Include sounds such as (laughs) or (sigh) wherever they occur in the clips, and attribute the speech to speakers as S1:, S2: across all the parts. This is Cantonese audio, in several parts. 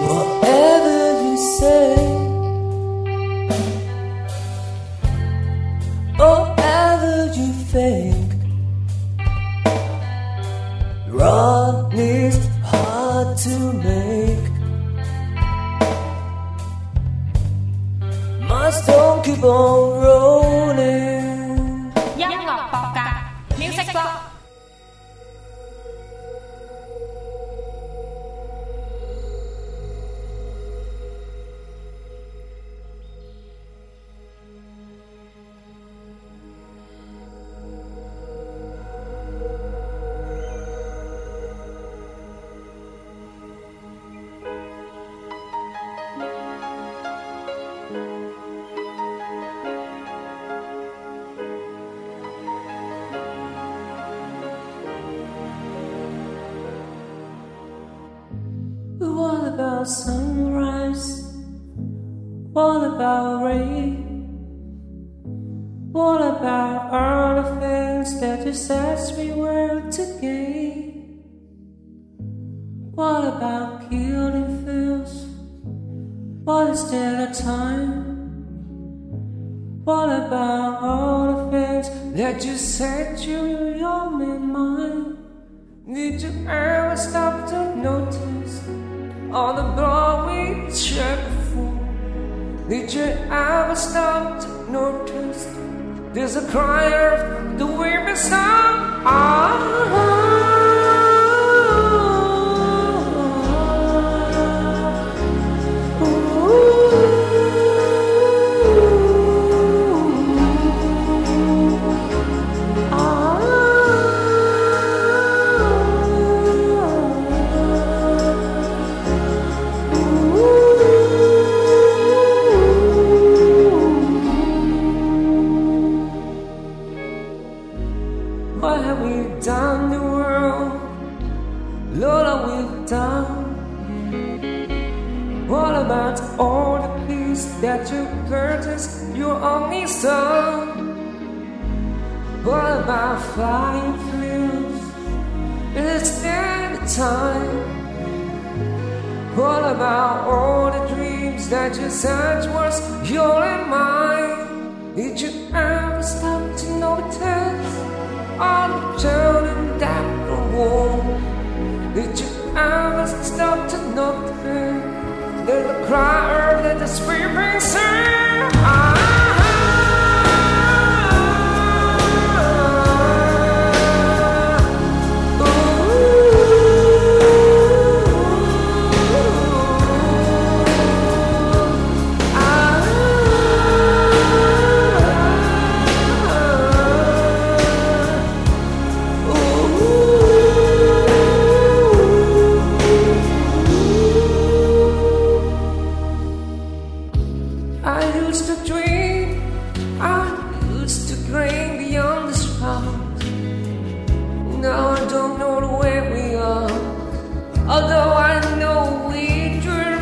S1: Whatever you say, or ever you think, wrong is hard to make. My stone keep on rolling.
S2: 音樂博格 Music Blog。
S1: What about sunrise? What about rain? What about all the things that you said we were to gain? What about killing fields? What is there a time? What about all the things that you said you your mine? Did you ever stop to notice? all the blood we shed before. Did you ever stop to notice? There's a cry of the Ah. women's song. What have we done the world? Lord, have we done? What about all the peace that you purchased your only son? What about flying fields? Is there the time? What about all the dreams that you said was your and mine? Did you ever stop to notice? I'm turning down the wall. Did you ever stop to notice the cry that the Ah, screaming sound? I used to dream, I used to dream beyond the stars. Now I don't know where we are, although I know we dream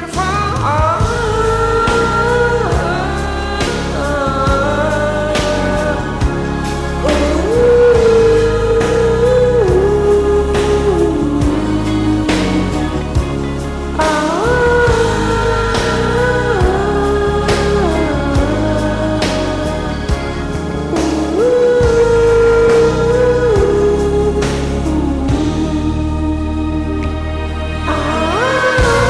S1: far. Ah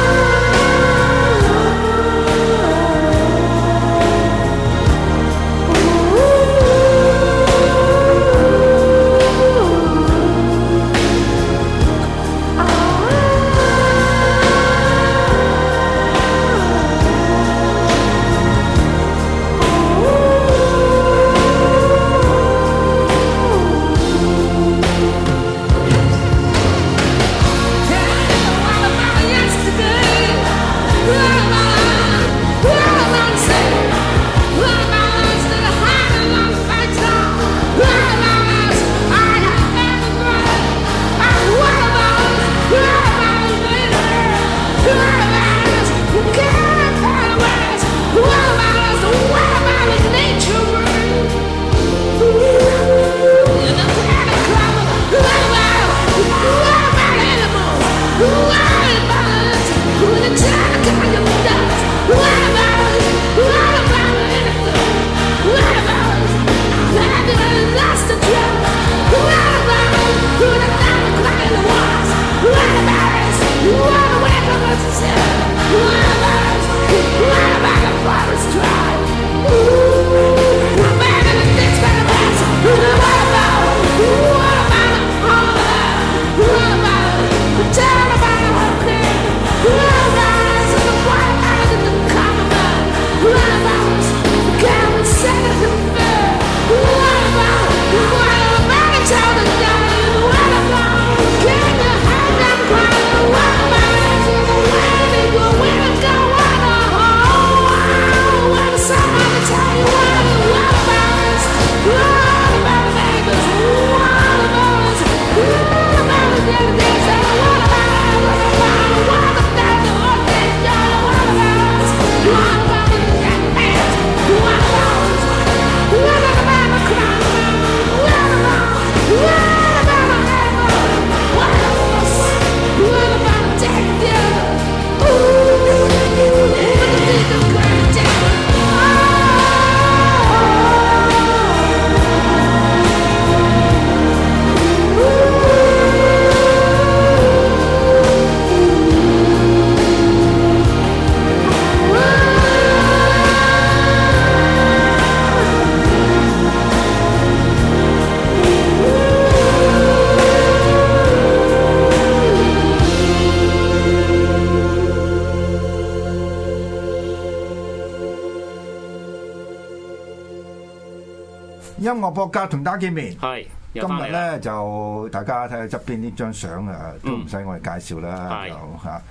S3: 樂博格同大家見面。
S4: 係
S3: 今
S4: 又翻
S3: 日
S4: 嚟啦，
S3: 咧就大家睇下側邊呢張相啊，都唔
S4: 嗯
S3: 使我哋介紹啦，
S4: 係
S3: 就嚇。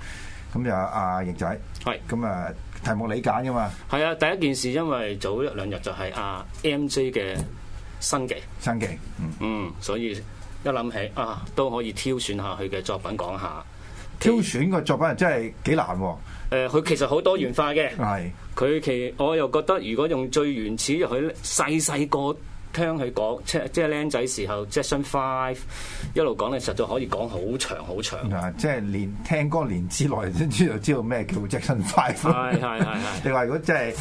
S3: 咁就阿翼仔，
S4: 係
S3: 咁啊題目你揀噶嘛，
S4: 係啊！第一件事因為早一兩日就係啊 MJ 嘅新技，
S3: 新記，嗯，
S4: 嗯，所以一諗起啊都可以挑選下佢嘅作品講下。
S3: 挑選個作品真係幾難喎，
S4: 誒，呃佢、其實好多元化嘅。
S3: 係
S4: 佢其我又覺得，如果用最原始佢細細個聽佢講，即即係僆仔時候 Jackson Five 一路講咧，實在可以講好長好長。
S3: 啊，即係連聽歌年之內先知道知道咩叫 Jackson Five。
S4: 係係係係
S3: (laughs) 你話如果真係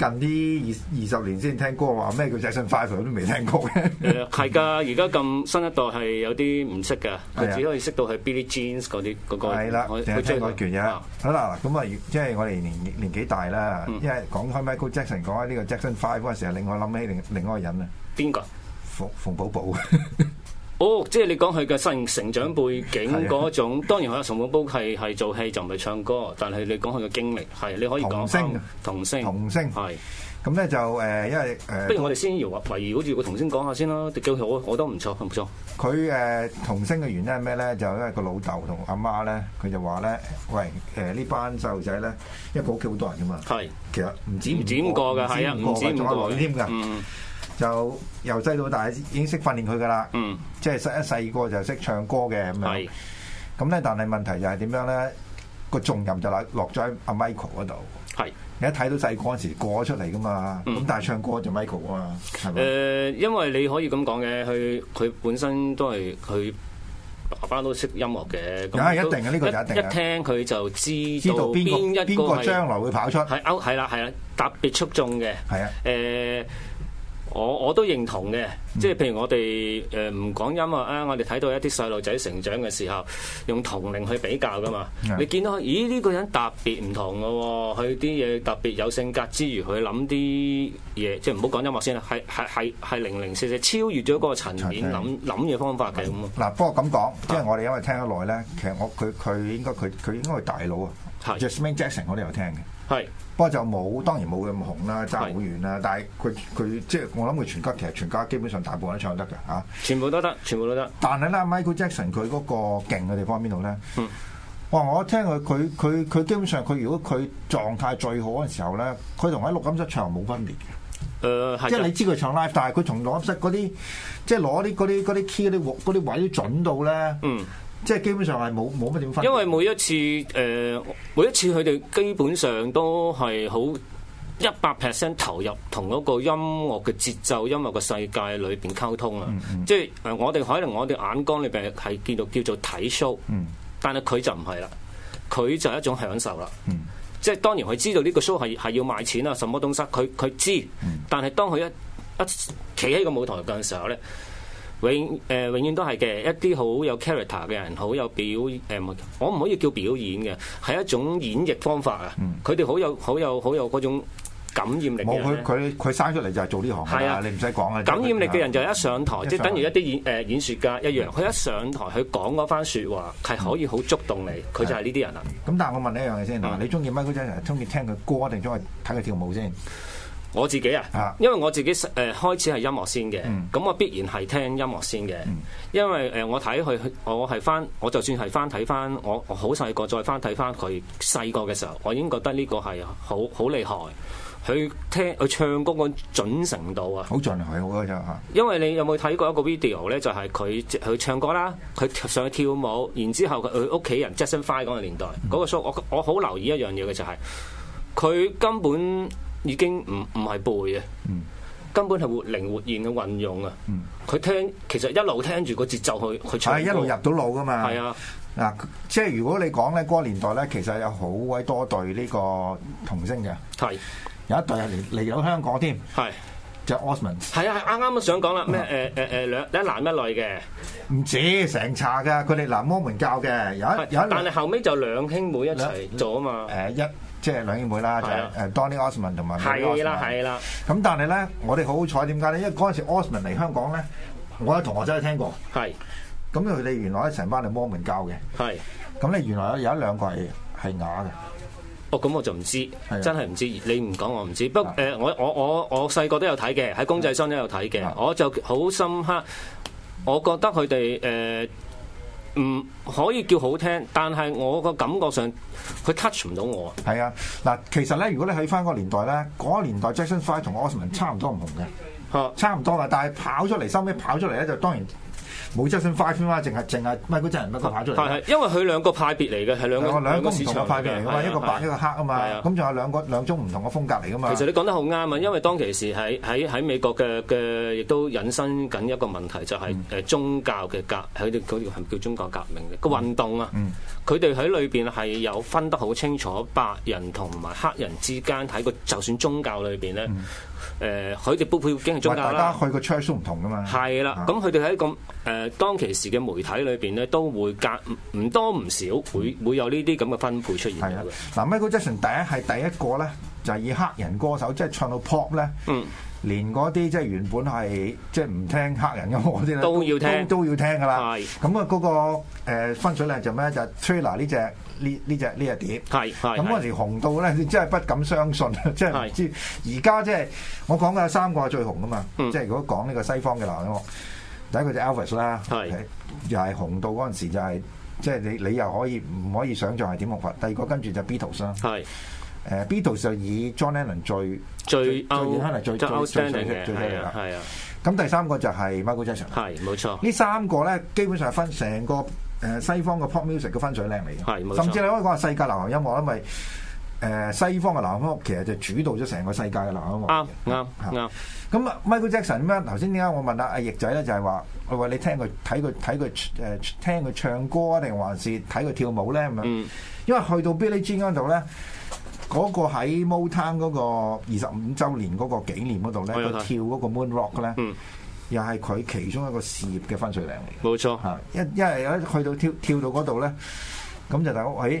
S3: 近呢二二十年先聽歌話咩叫 Jackson Five，我都未聽過嘅。
S4: 誒係㗎，而家咁新一代係有啲唔識㗎，
S3: 嗯係
S4: 佢
S3: 啊
S4: 只可以識到佢 Billy Jeans 嗰啲嗰個。
S3: 係啦，
S4: 我
S3: 淨係
S4: 佢
S3: 聽
S4: 追
S3: 嗰
S4: 佢
S3: 段嘢。
S4: 啊
S3: 好啦，咁啊，即係我哋年年紀大啦，
S4: 嗯
S3: 因為講開 Michael Jackson 講開呢個 Jackson Five 嗰陣時，令我諗起另另外一個人啊，
S4: 邊個？
S3: 馮馮寶寶。
S4: 哦，即係你講佢嘅成成長背景
S3: 係啊
S4: 嗰種，當然佢有岑寶煲係係做戲就唔係唱歌，但係你講佢嘅經歷係你可以講
S3: 童星
S4: 翻童星
S3: 童星
S4: 係。
S3: 咁咧就誒，因為
S4: 啊不如
S3: 誒
S4: 我哋先搖圍繞住個童星講下先啦，叫佢我我都唔錯，唔錯。
S3: 佢誒童星嘅原因係咩咧？就因為個老豆同阿媽咧，佢就話咧，喂誒呢班細路仔咧，因為佢屋企好多人噶嘛，
S4: 係
S3: 其實唔止
S4: 啊唔止五個㗎，係啊，唔止
S3: 仲
S4: 五個
S3: 有
S4: 嘅
S3: 女添㗎，
S4: 嗯
S3: 就由細到大已經識訓練佢㗎啦，
S4: 嗯，
S3: 即係細細個就識唱歌嘅咁樣
S4: 係。
S3: 咁咧，但係問題就係點樣咧？個重任就落落咗喺阿 Michael 嗰度。
S4: 係
S3: 你一睇到細個嗰陣時過咗出嚟噶嘛，咁、
S4: 嗯
S3: 但係唱歌就 Michael 啊嘛，係咪？
S4: 誒，呃因為你可以咁講嘅，佢佢本身都係佢爸爸都識音樂嘅，咁
S3: 啊一
S4: 都
S3: 定嘅呢個就一定嘅
S4: 一聽佢就知
S3: 知道
S4: 道邊
S3: 邊個
S4: 一
S3: 邊個
S4: 係
S3: 將來會跑出，係
S4: 係哦歐係啦係啦，特別出眾嘅。
S3: 啊，
S4: 誒、我我都認同嘅，
S3: 嗯
S4: 即係譬如我哋誒唔講音樂啊，我哋睇到一啲細路仔成長嘅時候，用同齡去比較噶嘛
S3: 係。
S4: 你見到佢咦呢、個人特別唔同嘅喎，佢啲嘢特別有性格之餘，佢諗啲嘢，即係唔好講音樂先啦，係係係係零零四四超越咗嗰個層面
S3: 層
S4: 諗諗嘢方法嘅咁啊。
S3: 嗱，不過咁講，即係我哋因為聽得耐咧，其實我佢佢應該佢佢應該係大佬啊
S4: 係
S3: ，Jasmine Jackson 我都有聽嘅，
S4: 係
S3: 不過就冇當然冇咁紅啦，爭好遠啦，但係佢佢即係我諗佢全家其實全家基本上大部分都唱得㗎啊嚇。
S4: 全部都得，全部都得。
S3: 但係咧，Michael Jackson 佢嗰個勁嘅地方邊度咧？
S4: 嗯
S3: 哇！我聽佢佢佢佢基本上佢如果佢狀態最好嘅時候咧，佢同喺錄音室唱冇分別嘅，
S4: 誒、係
S3: 即係你
S4: 㗎。
S3: 知佢唱 live，但係佢從錄音室嗰啲即係攞啲嗰啲嗰啲 key 嗰啲位嗰啲位都準到咧，
S4: 嗯。
S3: 即係基本上係冇冇乜點分別。
S4: 因為每一次誒、呃每一次佢哋基本上都係好一百 percent 投入同嗰個音樂嘅節奏、音樂嘅世界裏邊溝通啊！
S3: 嗯
S4: 即係誒、呃我哋可能我哋眼光裏邊係見到叫做睇 show，、
S3: 嗯
S4: 但係佢就唔係啦，佢就係一種享受啦。
S3: 嗯
S4: 即係當然佢知道呢個 show 係係要賣錢啊，什麼東西佢佢知，
S3: 嗯
S4: 但係當佢一一企喺個舞台嘅時候咧，永誒、呃永遠都係嘅一啲好有 character 嘅人，好有表誒、唔係我唔可以叫表演嘅，係一種演繹方法啊！
S3: 嗯
S4: 佢哋好有好有好有嗰種感染力嘅
S3: 冇
S4: 人
S3: 佢
S4: 呢
S3: 佢佢生出嚟就係做呢行㗎
S4: 係
S3: 啦，
S4: 啊
S3: 你唔使講啊。
S4: 感染力嘅人就一上台
S3: 一，
S4: 即係
S3: 上
S4: 等於一
S3: 台
S4: 啲演誒、呃演説家一樣，佢一上台佢講嗰番説話係可以好觸動你，佢就係呢啲人啦。
S3: 咁，但係我問你一樣嘢先嗱，
S4: 嗯
S3: 你中意 Michael Jackson 中意聽佢歌定中意睇佢跳舞先？
S4: 我自己
S3: 啊
S4: 啊，因為我自己誒、呃、開始係音樂先嘅，咁、我必然係聽音樂先嘅，因為誒、呃我睇佢，我係翻，我就算係翻睇翻，我我好細個再翻睇翻佢細個嘅時候，我已經覺得呢個係好好厲害，佢聽佢唱歌嗰準程度啊！
S3: 好盡佢好嘅啫嚇。
S4: 因為你有冇睇過一個 video 咧？就係佢佢唱歌啦，佢上去跳舞，然之後佢佢屋企人 Jackson Five 嗰個年代嗰、個 show，我我好留意一樣嘢嘅就係、佢根本已經唔唔係背嘅，
S3: 嗯
S4: 根本係活靈活現嘅運用啊！佢、聽其實一路聽住個節奏去去唱歌，
S3: 係一路入到腦噶嘛。
S4: 係啊，
S3: 嗱，即係如果你講咧，嗰、個年代咧，其實有好鬼多隊呢個童星嘅，
S4: 係
S3: 有一隊係嚟嚟到香港添，
S4: 係
S3: 就 Osmond，
S4: 係啊！啱啱都想講啦，
S3: 嗯
S4: 咩誒誒誒兩一男一女嘅，
S3: 唔止成查噶，佢哋嗱摩門教嘅，有
S4: 係
S3: 一有一
S4: 但
S3: 兩
S4: 係後尾就兩兄妹一齊做啊嘛，
S3: 誒一即係兩兄妹啦，就
S4: 係啊
S3: 係誒 Donny Osmond 同埋 Mary
S4: 係啦
S3: Osmond
S4: 係啊啦，
S3: 咁但係咧，我哋好好彩點解咧？因為嗰陣時 Osmond 嚟香港咧，我有同學仔去聽過，
S4: 係
S3: 咁佢哋原來咧成班係摩門教嘅，
S4: 係
S3: 咁你原來有有一兩個係係啞嘅，
S4: 哦，咁我就唔知
S3: 係啊，
S4: 真係唔知。你唔講我唔知。不過
S3: 啊
S4: 誒，我我我我細個都有睇嘅，喺公仔箱都有睇嘅
S3: 啊。
S4: 我就好深刻，我覺得佢哋誒唔可以叫好聽，但係我個感覺上佢 touch 唔到我。
S3: 係啊，嗱，其實咧，如果你去翻嗰個年代咧，嗰、個年代 Jackson Five 同 Osman 差唔多唔紅嘅。
S4: 嚇
S3: 差唔多啦，但係跑出嚟，收尾跑出嚟咧就當然冇 Justin Five 啦，淨係淨係 Michael Jordan 不過跑出嚟。
S4: 係係，因為佢兩個派別嚟嘅，係兩
S3: 兩個
S4: 個
S3: 兩個唔
S4: 市
S3: 同嘅
S4: 場
S3: 派別嚟噶嘛，
S4: 係啊
S3: 一個白一個黑啊嘛
S4: 係，啊
S3: 咁仲有兩個兩種唔同嘅風格嚟噶嘛。
S4: 其實你講得好啱啊，因為當其時喺喺喺美國嘅嘅，亦都引申緊一個問題，就係誒宗教嘅革，佢哋嗰條係咪叫宗教革命嘅個運動啊
S3: 嗯嗯？
S4: 佢哋喺裏邊係有分得好清楚，白人同埋黑人之間喺個就算宗教裏邊咧，誒佢哋都背景係宗
S3: 喂嗯
S4: 教
S3: 大
S4: 啦
S3: 家。嗯去個 church 都唔同噶嘛。
S4: 係啊啦，咁佢哋喺咁誒當其時嘅媒體裏邊咧，都會隔唔唔多唔少會會有呢啲咁嘅分配出現
S3: 係啊
S4: 嘅。，
S3: 嗱 Michael Jackson 第一係第一個咧，就係以黑人歌手即係唱到 pop 咧，
S4: 嗯
S3: 連嗰啲即係原本係即係唔聽黑人音樂嗰啲咧，
S4: 都要聽
S3: 都都要聽噶啦。
S4: 係
S3: 咁啊，嗰個誒分水嶺就咩？就係 Thriller 呢只呢呢只呢只碟。
S4: 係係
S3: 咁嗰
S4: 係
S3: 時紅到咧，你 (laughs) 真係不敢相信， (laughs) 即係唔
S4: 係
S3: 知。而家即係我講嘅有三個係最紅噶嘛，
S4: 嗯
S3: 即係如果講呢個西方嘅流行音樂，第一個就 Elvis 啦，
S4: 係
S3: 又係紅到嗰陣時就係、即係你你又可以唔可以想象係點紅法？第二個跟住就 Beatles 啦，誒、
S4: 係。
S3: Beatles 就以 John Lennon 最
S4: 最
S3: 最
S4: 歐
S3: 可能最
S4: 最
S3: 最
S4: outstanding
S3: 最
S4: 嘅，
S3: 最
S4: 係啊
S3: 最
S4: 係啊，
S3: 咁，第三個就係 Michael Jackson。
S4: 係冇錯，
S3: 呢三個咧基本上係分成個誒西方嘅 pop music 嘅分水嶺嚟
S4: 係
S3: 嘅，
S4: 冇錯
S3: 甚至你可以講係世界流行音樂，因為誒西方嘅流行音樂其實就主導咗成個世界嘅流行音樂。
S4: 啱啱
S3: 嚇
S4: 啱，
S3: 咁啊，Michael Jackson 咁樣頭先點解我問阿阿翼仔咧，就係話我話你聽佢睇佢睇佢誒聽佢唱歌啊，定還是睇佢跳舞咧咁樣？
S4: 嗯
S3: 因為去到 Billie Jean 嗰度咧，嗰、個喺 Motown 嗰個二十五週年嗰個紀念嗰度咧，
S4: 我有
S3: 佢
S4: 睇
S3: 跳嗰個 Moon Rock 咧，
S4: 啊嗯
S3: 又係佢其中一個事業嘅分水嶺嚟嘅。
S4: 冇錯，
S3: 嚇，因因為一去到跳跳到嗰度咧，咁就大家喺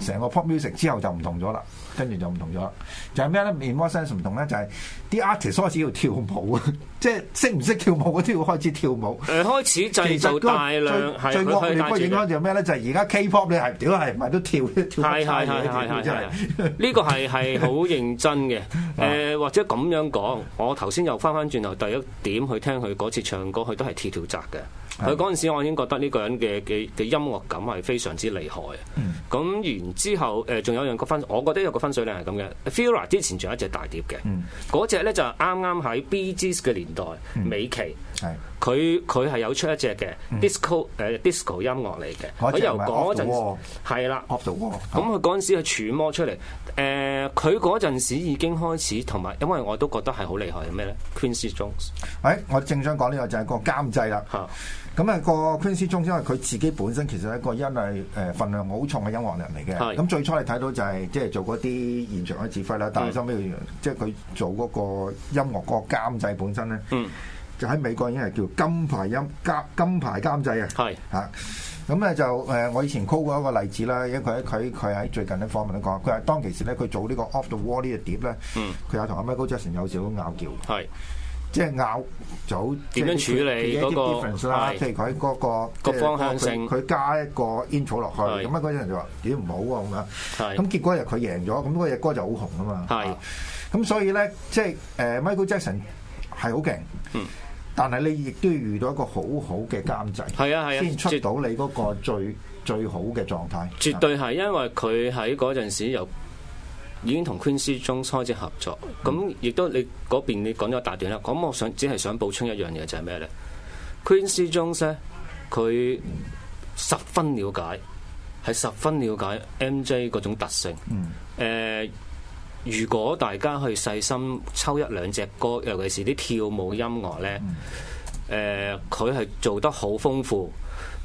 S3: 成個 pop music 之後就唔同咗啦，跟住就唔同咗啦。就係咩咧？In what sense 唔同咧？就係、啲 artist 開始要跳舞啊， (laughs) 即係識唔識跳舞嗰啲會開始跳舞。
S4: 誒開始
S3: 其
S4: 製
S3: 實
S4: 造
S3: 嗰個
S4: 大量係
S3: 最最惡
S4: 佢
S3: 劣
S4: 帶
S3: 嗰個影
S4: 住
S3: 響
S4: 嘅。
S3: 就係咩咧？就係而家 K-pop 你係屌係唔係都跳 (laughs) 跳得
S4: 係係
S3: 差
S4: 係係係
S3: 嘅，真係
S4: 係，呢個係係好認真
S3: (laughs)
S4: 嘅。
S3: 啊
S4: 誒或者咁樣講，我頭先又翻翻轉頭第一點去聽佢嗰次唱歌，佢都係跳跳扎嘅。
S3: 啊
S4: 佢嗰陣時，我已經覺得呢個人嘅嘅嘅音樂感係非常之厲害。啊
S3: 嗯
S4: 咁然之後，誒仲有樣個分，我覺得有個分水嶺係咁嘅。Fira 之前仲有一隻大碟嘅
S3: 嗯，
S4: 嗰只咧就啱啱喺 B G 嘅年代美期。
S3: (laughs) 係
S4: 佢佢係有出一隻嘅 disco 誒、disco 音樂嚟嘅，
S3: 嗯嗰
S4: 佢
S3: 隻
S4: 由
S3: 咪
S4: 嗰
S3: Off the
S4: 陣
S3: Wall
S4: 係啦，
S3: off the wall。
S4: 咁佢嗰陣時去揣摩出嚟，誒佢嗰陣時已經開始，同埋因為我都覺得係好厲害嘅咩咧，Quincy Jones
S3: 誒，哎我正想講呢個就係個監製啦。
S4: 嚇，
S3: 咁啊，個 Quincy Jones 因為佢自己本身其實係一個因為誒份量好重嘅音樂人嚟嘅，
S4: 係
S3: 咁最初你睇到就係即係做嗰啲現場嘅指揮啦，
S4: 嗯
S3: 但係收尾即係佢做嗰個音樂嗰個監製本身咧，
S4: 嗯
S3: 就喺美國已經係叫金牌音監金牌監製啊，
S4: 係
S3: 嚇。咁咧就誒，我以前 call 過一個例子啦，因為佢佢佢喺最近啲訪問都講，佢係當其時咧，佢做呢個 Off the Wall 呢隻碟咧，
S4: 嗯
S3: 佢有同阿 Michael Jackson 有少少拗撬。
S4: 係
S3: 即係拗早
S4: 點樣處理嗰個
S3: difference 啦，
S4: 係
S3: 即係佢嗰個
S4: 個
S3: 即係
S4: 方向性
S3: 佢佢加一個 intro 落去，
S4: 係
S3: 咁啊嗰陣就話咦唔好喎咁樣，
S4: 係
S3: 咁結果又佢贏咗，咁嗰只歌就好紅啊嘛，
S4: 係
S3: 啊咁所以咧即係誒 Michael Jackson 係好勁，
S4: 嗯
S3: 但係你亦都要遇到一個好好嘅監製，
S4: 係啊係啊
S3: 先出
S4: 絕
S3: 到你嗰個最最好嘅狀態，
S4: 絕對係因為佢喺嗰陣時又已經同 Quincy Jones 開始合作，咁亦都你嗰邊你講咗一大段啦。咁我想只係想補充一樣嘢就係咩咧？Quincy Jones 咧，佢十分了解，係十分了解 MJ 嗰種特性。誒、
S3: 嗯
S4: 呃如果大家去細心抽一兩隻歌，尤其是啲跳舞音樂咧。誒佢係做得好豐富，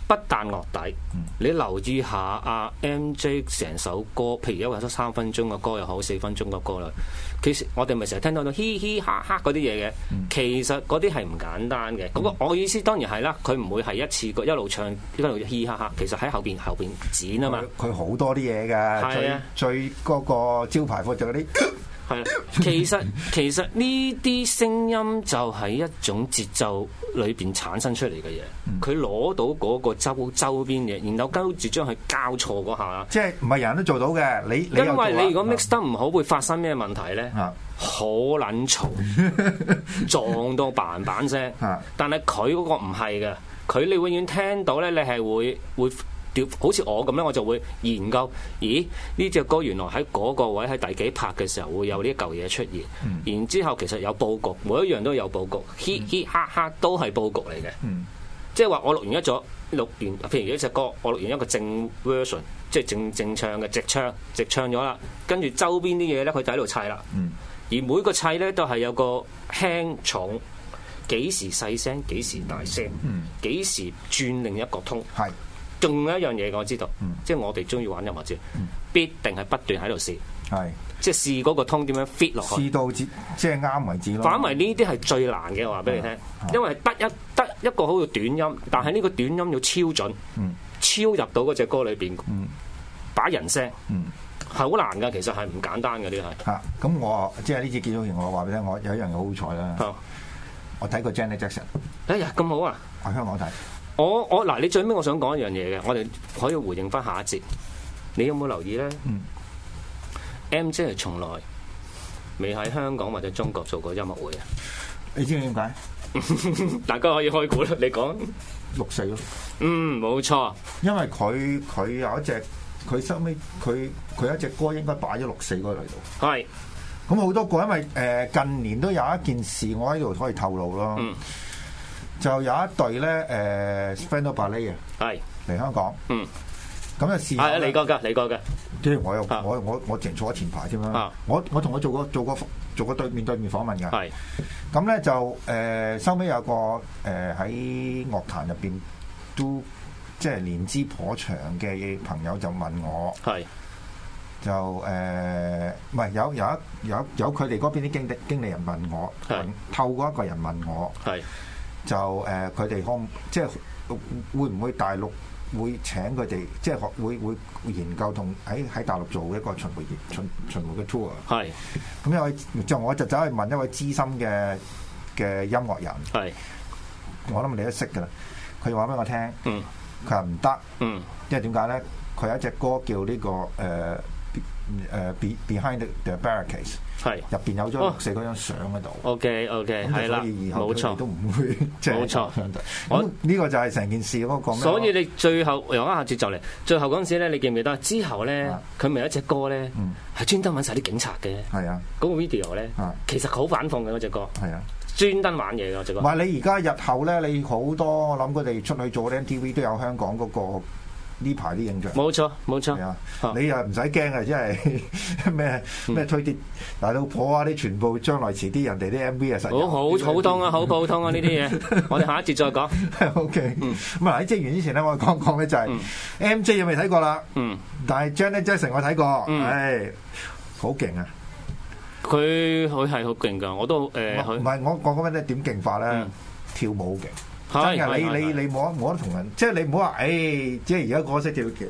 S4: 不但樂底，你留意下阿 MJ 成首歌，譬如一個得三分鐘嘅歌又好，四分鐘嘅歌啦，其實我哋咪成日聽到到嘻嘻哈哈嗰啲嘢嘅，其實嗰啲係唔簡單嘅。嗰、個我意思當然係啦，佢唔會係一次過一路唱一路嘻嘻哈哈，其實喺後邊後邊剪啊嘛
S3: 哦佢。佢好多啲嘢㗎，
S4: 係
S3: 最
S4: 啊
S3: 最嗰個招牌貨就嗰啲
S4: 係啦，其實 (laughs) 其實呢啲聲音就係一種節奏裏邊產生出嚟嘅嘢，
S3: 嗯
S4: 佢攞到嗰個周周邊嘢，然後跟住將佢交錯嗰下，
S3: 即係唔係人都做到嘅？你你又
S4: 因
S3: 做啊
S4: 為
S3: 啦
S4: 你如果 mix 得唔好，會發生咩問題咧？
S3: 啊
S4: 好撚嘈，撞到板板聲
S3: 啊。
S4: 但係佢嗰個唔係嘅，佢你永遠聽到咧，你係會會調，好似我咁咧，我就會研究，咦呢只歌原來喺嗰個位喺第幾拍嘅時候會有呢一嚿嘢出現，然之後其實有佈局，每一樣都有佈局，嘻嘻哈哈都係佈局嚟嘅。
S3: 嗯
S4: 即係話我錄完一咗錄完，譬如一隻歌，我錄完一個正 version，即係正正唱嘅直唱，直唱咗啦，跟住周邊啲嘢咧，佢就喺度砌啦。
S3: 嗯
S4: 而每個砌咧都係有個輕重，幾時細聲，幾時大聲，
S3: 嗯
S4: 幾時轉另一個通。
S3: 係
S4: 仲有一樣嘢我知道，
S3: 嗯
S4: 即係我哋中意玩音樂節，必定係不斷喺度試，
S3: 係
S4: 即係試嗰個通點樣 fit 落去。
S3: 試到至即係啱為止咯。
S4: 反為呢啲係最難嘅，我話俾你
S3: 嗯
S4: 聽，因為得一得一個好嘅短音，但係呢個短音要超準，
S3: 嗯
S4: 超入到嗰只歌裏邊，
S3: 嗯
S4: 把人聲
S3: 嗯。
S4: 係好難噶，其實係唔簡單嘅呢
S3: 嚇！啊咁我即係呢次結咗完，我話俾你聽，我有一樣嘢好彩
S4: 係。
S3: 啦，
S4: 啊
S3: 我睇過 Janet Jackson
S4: 哎呀，咁好啊！
S3: 喺香港睇，
S4: 我我嗱，你最尾我想講一樣嘢嘅，我哋可以回應翻下一節。你有冇留意咧
S3: 嗯
S4: ？M 姐係從來未喺香港或者中國做過音樂會啊！
S3: 你知唔知點解？
S4: (laughs) 大家可以開估啦，你講。
S3: 六四咯，
S4: 嗯，冇錯，
S3: 因為佢佢有一隻，佢收尾佢佢有一隻歌應該擺咗六四嗰度嚟度。
S4: 係
S3: 咁好多個，因為誒、呃近年都有一件事，我喺度可以透露咯。
S4: 嗯
S3: 就有一隊咧誒 s p e n d e r Ballet 啊
S4: 係
S3: 嚟香港，
S4: 嗯
S3: 咁啊試
S4: 係啊
S3: 下
S4: 嚟過㗎，嚟過㗎。
S3: 即係我又
S4: 啊
S3: 我我我前坐喺前排添啦
S4: 啊。
S3: 我我同佢做過做過做過對面對面訪問㗎。
S4: 係
S3: 咁咧就誒、呃收尾有個誒喺、樂壇入邊都即係年資頗長嘅朋友就問我。
S4: 係
S3: 就誒，唔、係有有一有有佢哋嗰邊啲經理經理人問我
S4: 係，
S3: 透過一個人問我，
S4: 係
S3: 就誒佢哋可唔即係會唔會大陸會請佢哋，即係學會會研究同喺喺大陸做一個巡迴巡巡迴嘅 tour。
S4: 係
S3: 咁有位就我就走去問一位資深嘅嘅音樂人，
S4: 係
S3: 我諗你都識㗎啦。佢話俾我聽，
S4: 嗯
S3: 佢話唔得，
S4: 嗯
S3: 因為點解咧？佢有一隻歌叫呢、個誒。誒 be 呃 behind the- the barricades，
S4: 係
S3: 入邊有咗
S4: 哦
S3: 六四嗰張相喺度。
S4: OK OK
S3: 咁
S4: 係
S3: 就
S4: 啦，
S3: 所以以後
S4: 冇
S3: 佢哋
S4: 錯
S3: 都。唔
S4: (laughs)
S3: 會即係
S4: 冇錯
S3: 咁
S4: 我
S3: 呢個就係成件事嗰個咩咯
S4: 所以你最後又一下節就嚟，最後嗰陣時咧，你記唔記得？之後咧
S3: 啊，
S4: 佢咪有一隻歌咧
S3: 嗯，
S4: 係專登揾晒啲警察嘅。
S3: 係啊
S4: 嗰個 video 咧
S3: 啊，
S4: 其實好反諷嘅嗰只歌，
S3: 係啊，
S4: 專登玩嘢嘅嗰只歌。
S3: 話你而家日後咧，你好多我諗佢哋出去做 NTV 都有香港嗰個呢排啲影像。
S4: 冇錯，冇錯
S3: 係，啊
S4: 啊，
S3: 你又唔使驚啊！因為 (laughs) 咩
S4: 嗯
S3: 咩推跌大老婆啊，啲全部將來遲啲人哋啲 MV 啊實
S4: 好好好普通啊，好普通啊呢啲嘢。我哋下一節再講。
S3: (laughs) O K，咁
S4: 嗯
S3: 啊喺即係完之前咧，我哋講講咧就係 M J 有未睇過啦，
S4: 嗯，
S3: 但係 Janet Jackson 我睇過，
S4: 嗯
S3: 唉，好勁啊！
S4: 佢佢係好勁㗎，我都
S3: 唔
S4: 誒佢
S3: 係我講緊咧點勁法咧
S4: 嗯？
S3: 跳舞勁，
S4: 係
S3: 真係
S4: 係
S3: 你你
S4: 係
S3: 你冇得冇得同人，即係你唔好話，誒，即係而家嗰識跳跳。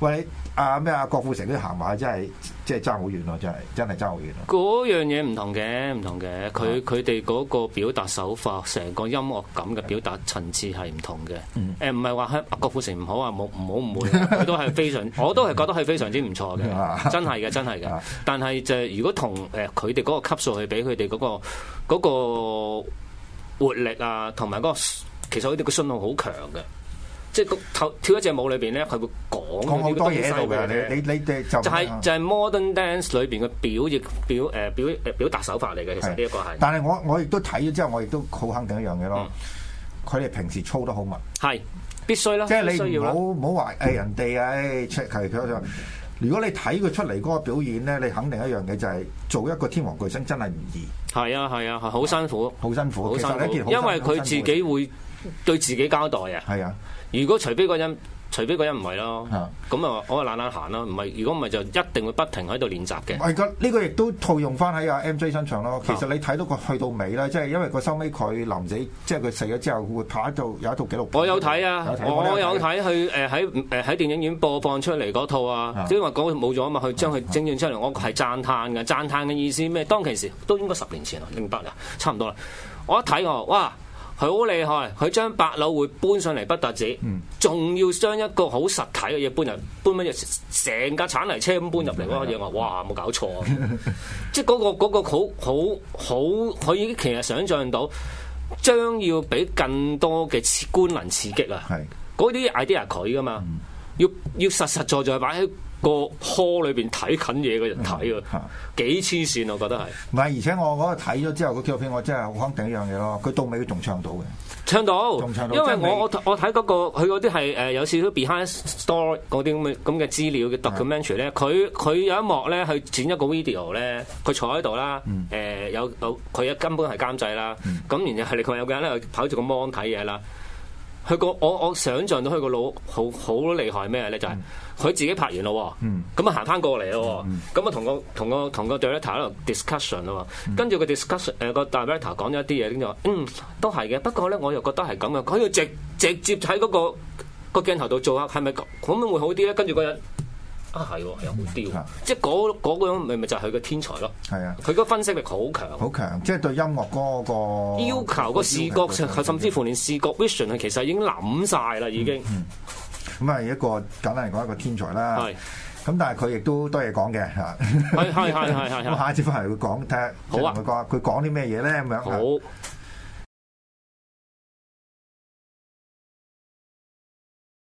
S3: 喂，阿咩阿郭富城嗰啲行埋，真係即係爭好遠咯，真係真係爭好遠咯。
S4: 嗰樣嘢唔同嘅，唔同嘅。
S3: 啊
S4: 佢佢哋嗰個表達手法，成個音樂感嘅表達層次係唔同嘅。
S3: 嗯
S4: 誒唔係話香郭富城唔好啊，冇唔好誤會啊，
S3: (laughs)
S4: 佢都係非常，我都係覺得係非常之唔錯
S3: 啊
S4: 嘅，真係嘅，真係嘅
S3: 啊。
S4: 但係就係如果同誒佢哋嗰個級數去比，佢哋嗰個嗰個活力啊，同埋嗰個其實佢哋個信號好強嘅，即係個跳跳一隻舞裏邊咧，佢會講
S3: 講好多嘢喺
S4: 喺
S3: 度嘅，你你你你就
S4: 就係就係 modern dance 裏邊嘅表亦表誒表誒表達手法嚟嘅，其實呢一個係
S3: 但係我我亦都睇咗之後，我亦都好肯定一樣嘢咯。佢哋平時操得好密，
S4: 係必須啦，
S3: 即
S4: 必
S3: 係
S4: 須
S3: 你
S4: 要
S3: 唔好
S4: 啦，
S3: 唔好話誒人哋啊誒 check 佢佢就。如果你睇佢出嚟嗰個表演咧，你肯定一樣嘢就係做一個天王巨星真係唔易，
S4: 係啊係啊，係好辛苦，
S3: 好辛苦。
S4: 好
S3: 其
S4: 辛
S3: 實係一
S4: 苦
S3: 件，好
S4: 因為
S3: 辛苦
S4: 佢自己會對自己交代啊。
S3: 係啊，
S4: 如果除非個人除非嗰人唔係咯
S3: 啊，
S4: 咁啊我懶懶行啦，唔係如果唔係就一定會不停喺度練習嘅。
S3: 係個呢個亦都套用翻喺阿 MJ 身上
S4: 啊
S3: 咯。其實你睇到佢去到尾咧，即係因為個收尾佢臨死，即係佢死咗之後會拍一套有一套紀錄片。
S4: 我有睇啊，我有。睇佢誒喺誒喺電影院播放出嚟嗰套
S3: 啊
S4: 啊，因為嗰個冇咗啊嘛，佢將佢整轉出嚟，我係讚歎嘅，讚歎嘅意思咩？當其時都應該十年前啦，零八啦，差唔多啦。我一睇我哇！佢好厲害，佢將百老匯搬上嚟不特止，仲、要將一個好實體嘅嘢搬入，搬乜嘢？成架鏟泥車咁搬入嚟嗰個嘢，我話哇冇搞錯啊！即係嗰、個嗰、個好好好，佢已經其實想像到將要俾更多嘅刺官能刺激啊！
S3: 係嗯
S4: 嗰啲 idea 佢噶嘛，要要實實在在擺喺個殼裏邊睇緊嘢嘅人睇
S3: 嗯
S4: 啊，幾黐線我覺得係
S3: 唔係，而且我嗰個睇咗之後，個紀錄片我真係好肯定一樣嘢咯。佢到尾佢仲唱到嘅，
S4: 唱到，
S3: 仲唱到
S4: 因為
S3: 真係
S4: 我我我睇嗰個佢嗰啲係誒有少少 behind story 嗰啲咁嘅咁嘅資料嘅 documentary 咧，佢佢有一幕咧，佢剪一個 video 咧，佢坐喺度啦，
S3: 嗯
S4: 誒有有佢根本係監製啦，咁然後係另外有個人咧跑住個 mon 睇嘢啦。佢個我我想象到佢個腦好好厲害咩咧？就係、佢自己拍完咯
S3: 嗯
S4: 喎，咁啊行翻過嚟咯喎，咁啊同個同個同個 director 喺度 discussion 咯喎，跟住個 discussion 誒個 director 講咗一啲嘢，跟住話嗯都係嘅，不過咧我又覺得係咁嘅，佢要直直接喺嗰、個個鏡頭度做下，係咪咁咁樣會好啲咧？跟住嗰人啊係喎，有好啲喎
S3: 啊，
S4: 即係嗰嗰個人咪咪就係佢嘅天才咯，
S3: 係啊，
S4: 佢個分析力好強。
S3: 好強，即係對音樂嗰個
S4: 要求個視覺上，甚至乎連視覺 vision 係其實已經諗晒啦，已經
S3: 咁係一個簡單嚟講一個天才啦。
S4: 係。
S3: 咁但係佢亦都多嘢講嘅嚇。
S4: 係係係係係
S3: 咁
S4: 係
S3: 下一次翻嚟會講睇下，
S4: 好啊
S3: 佢講佢講啲咩嘢咧咁樣。
S4: 好。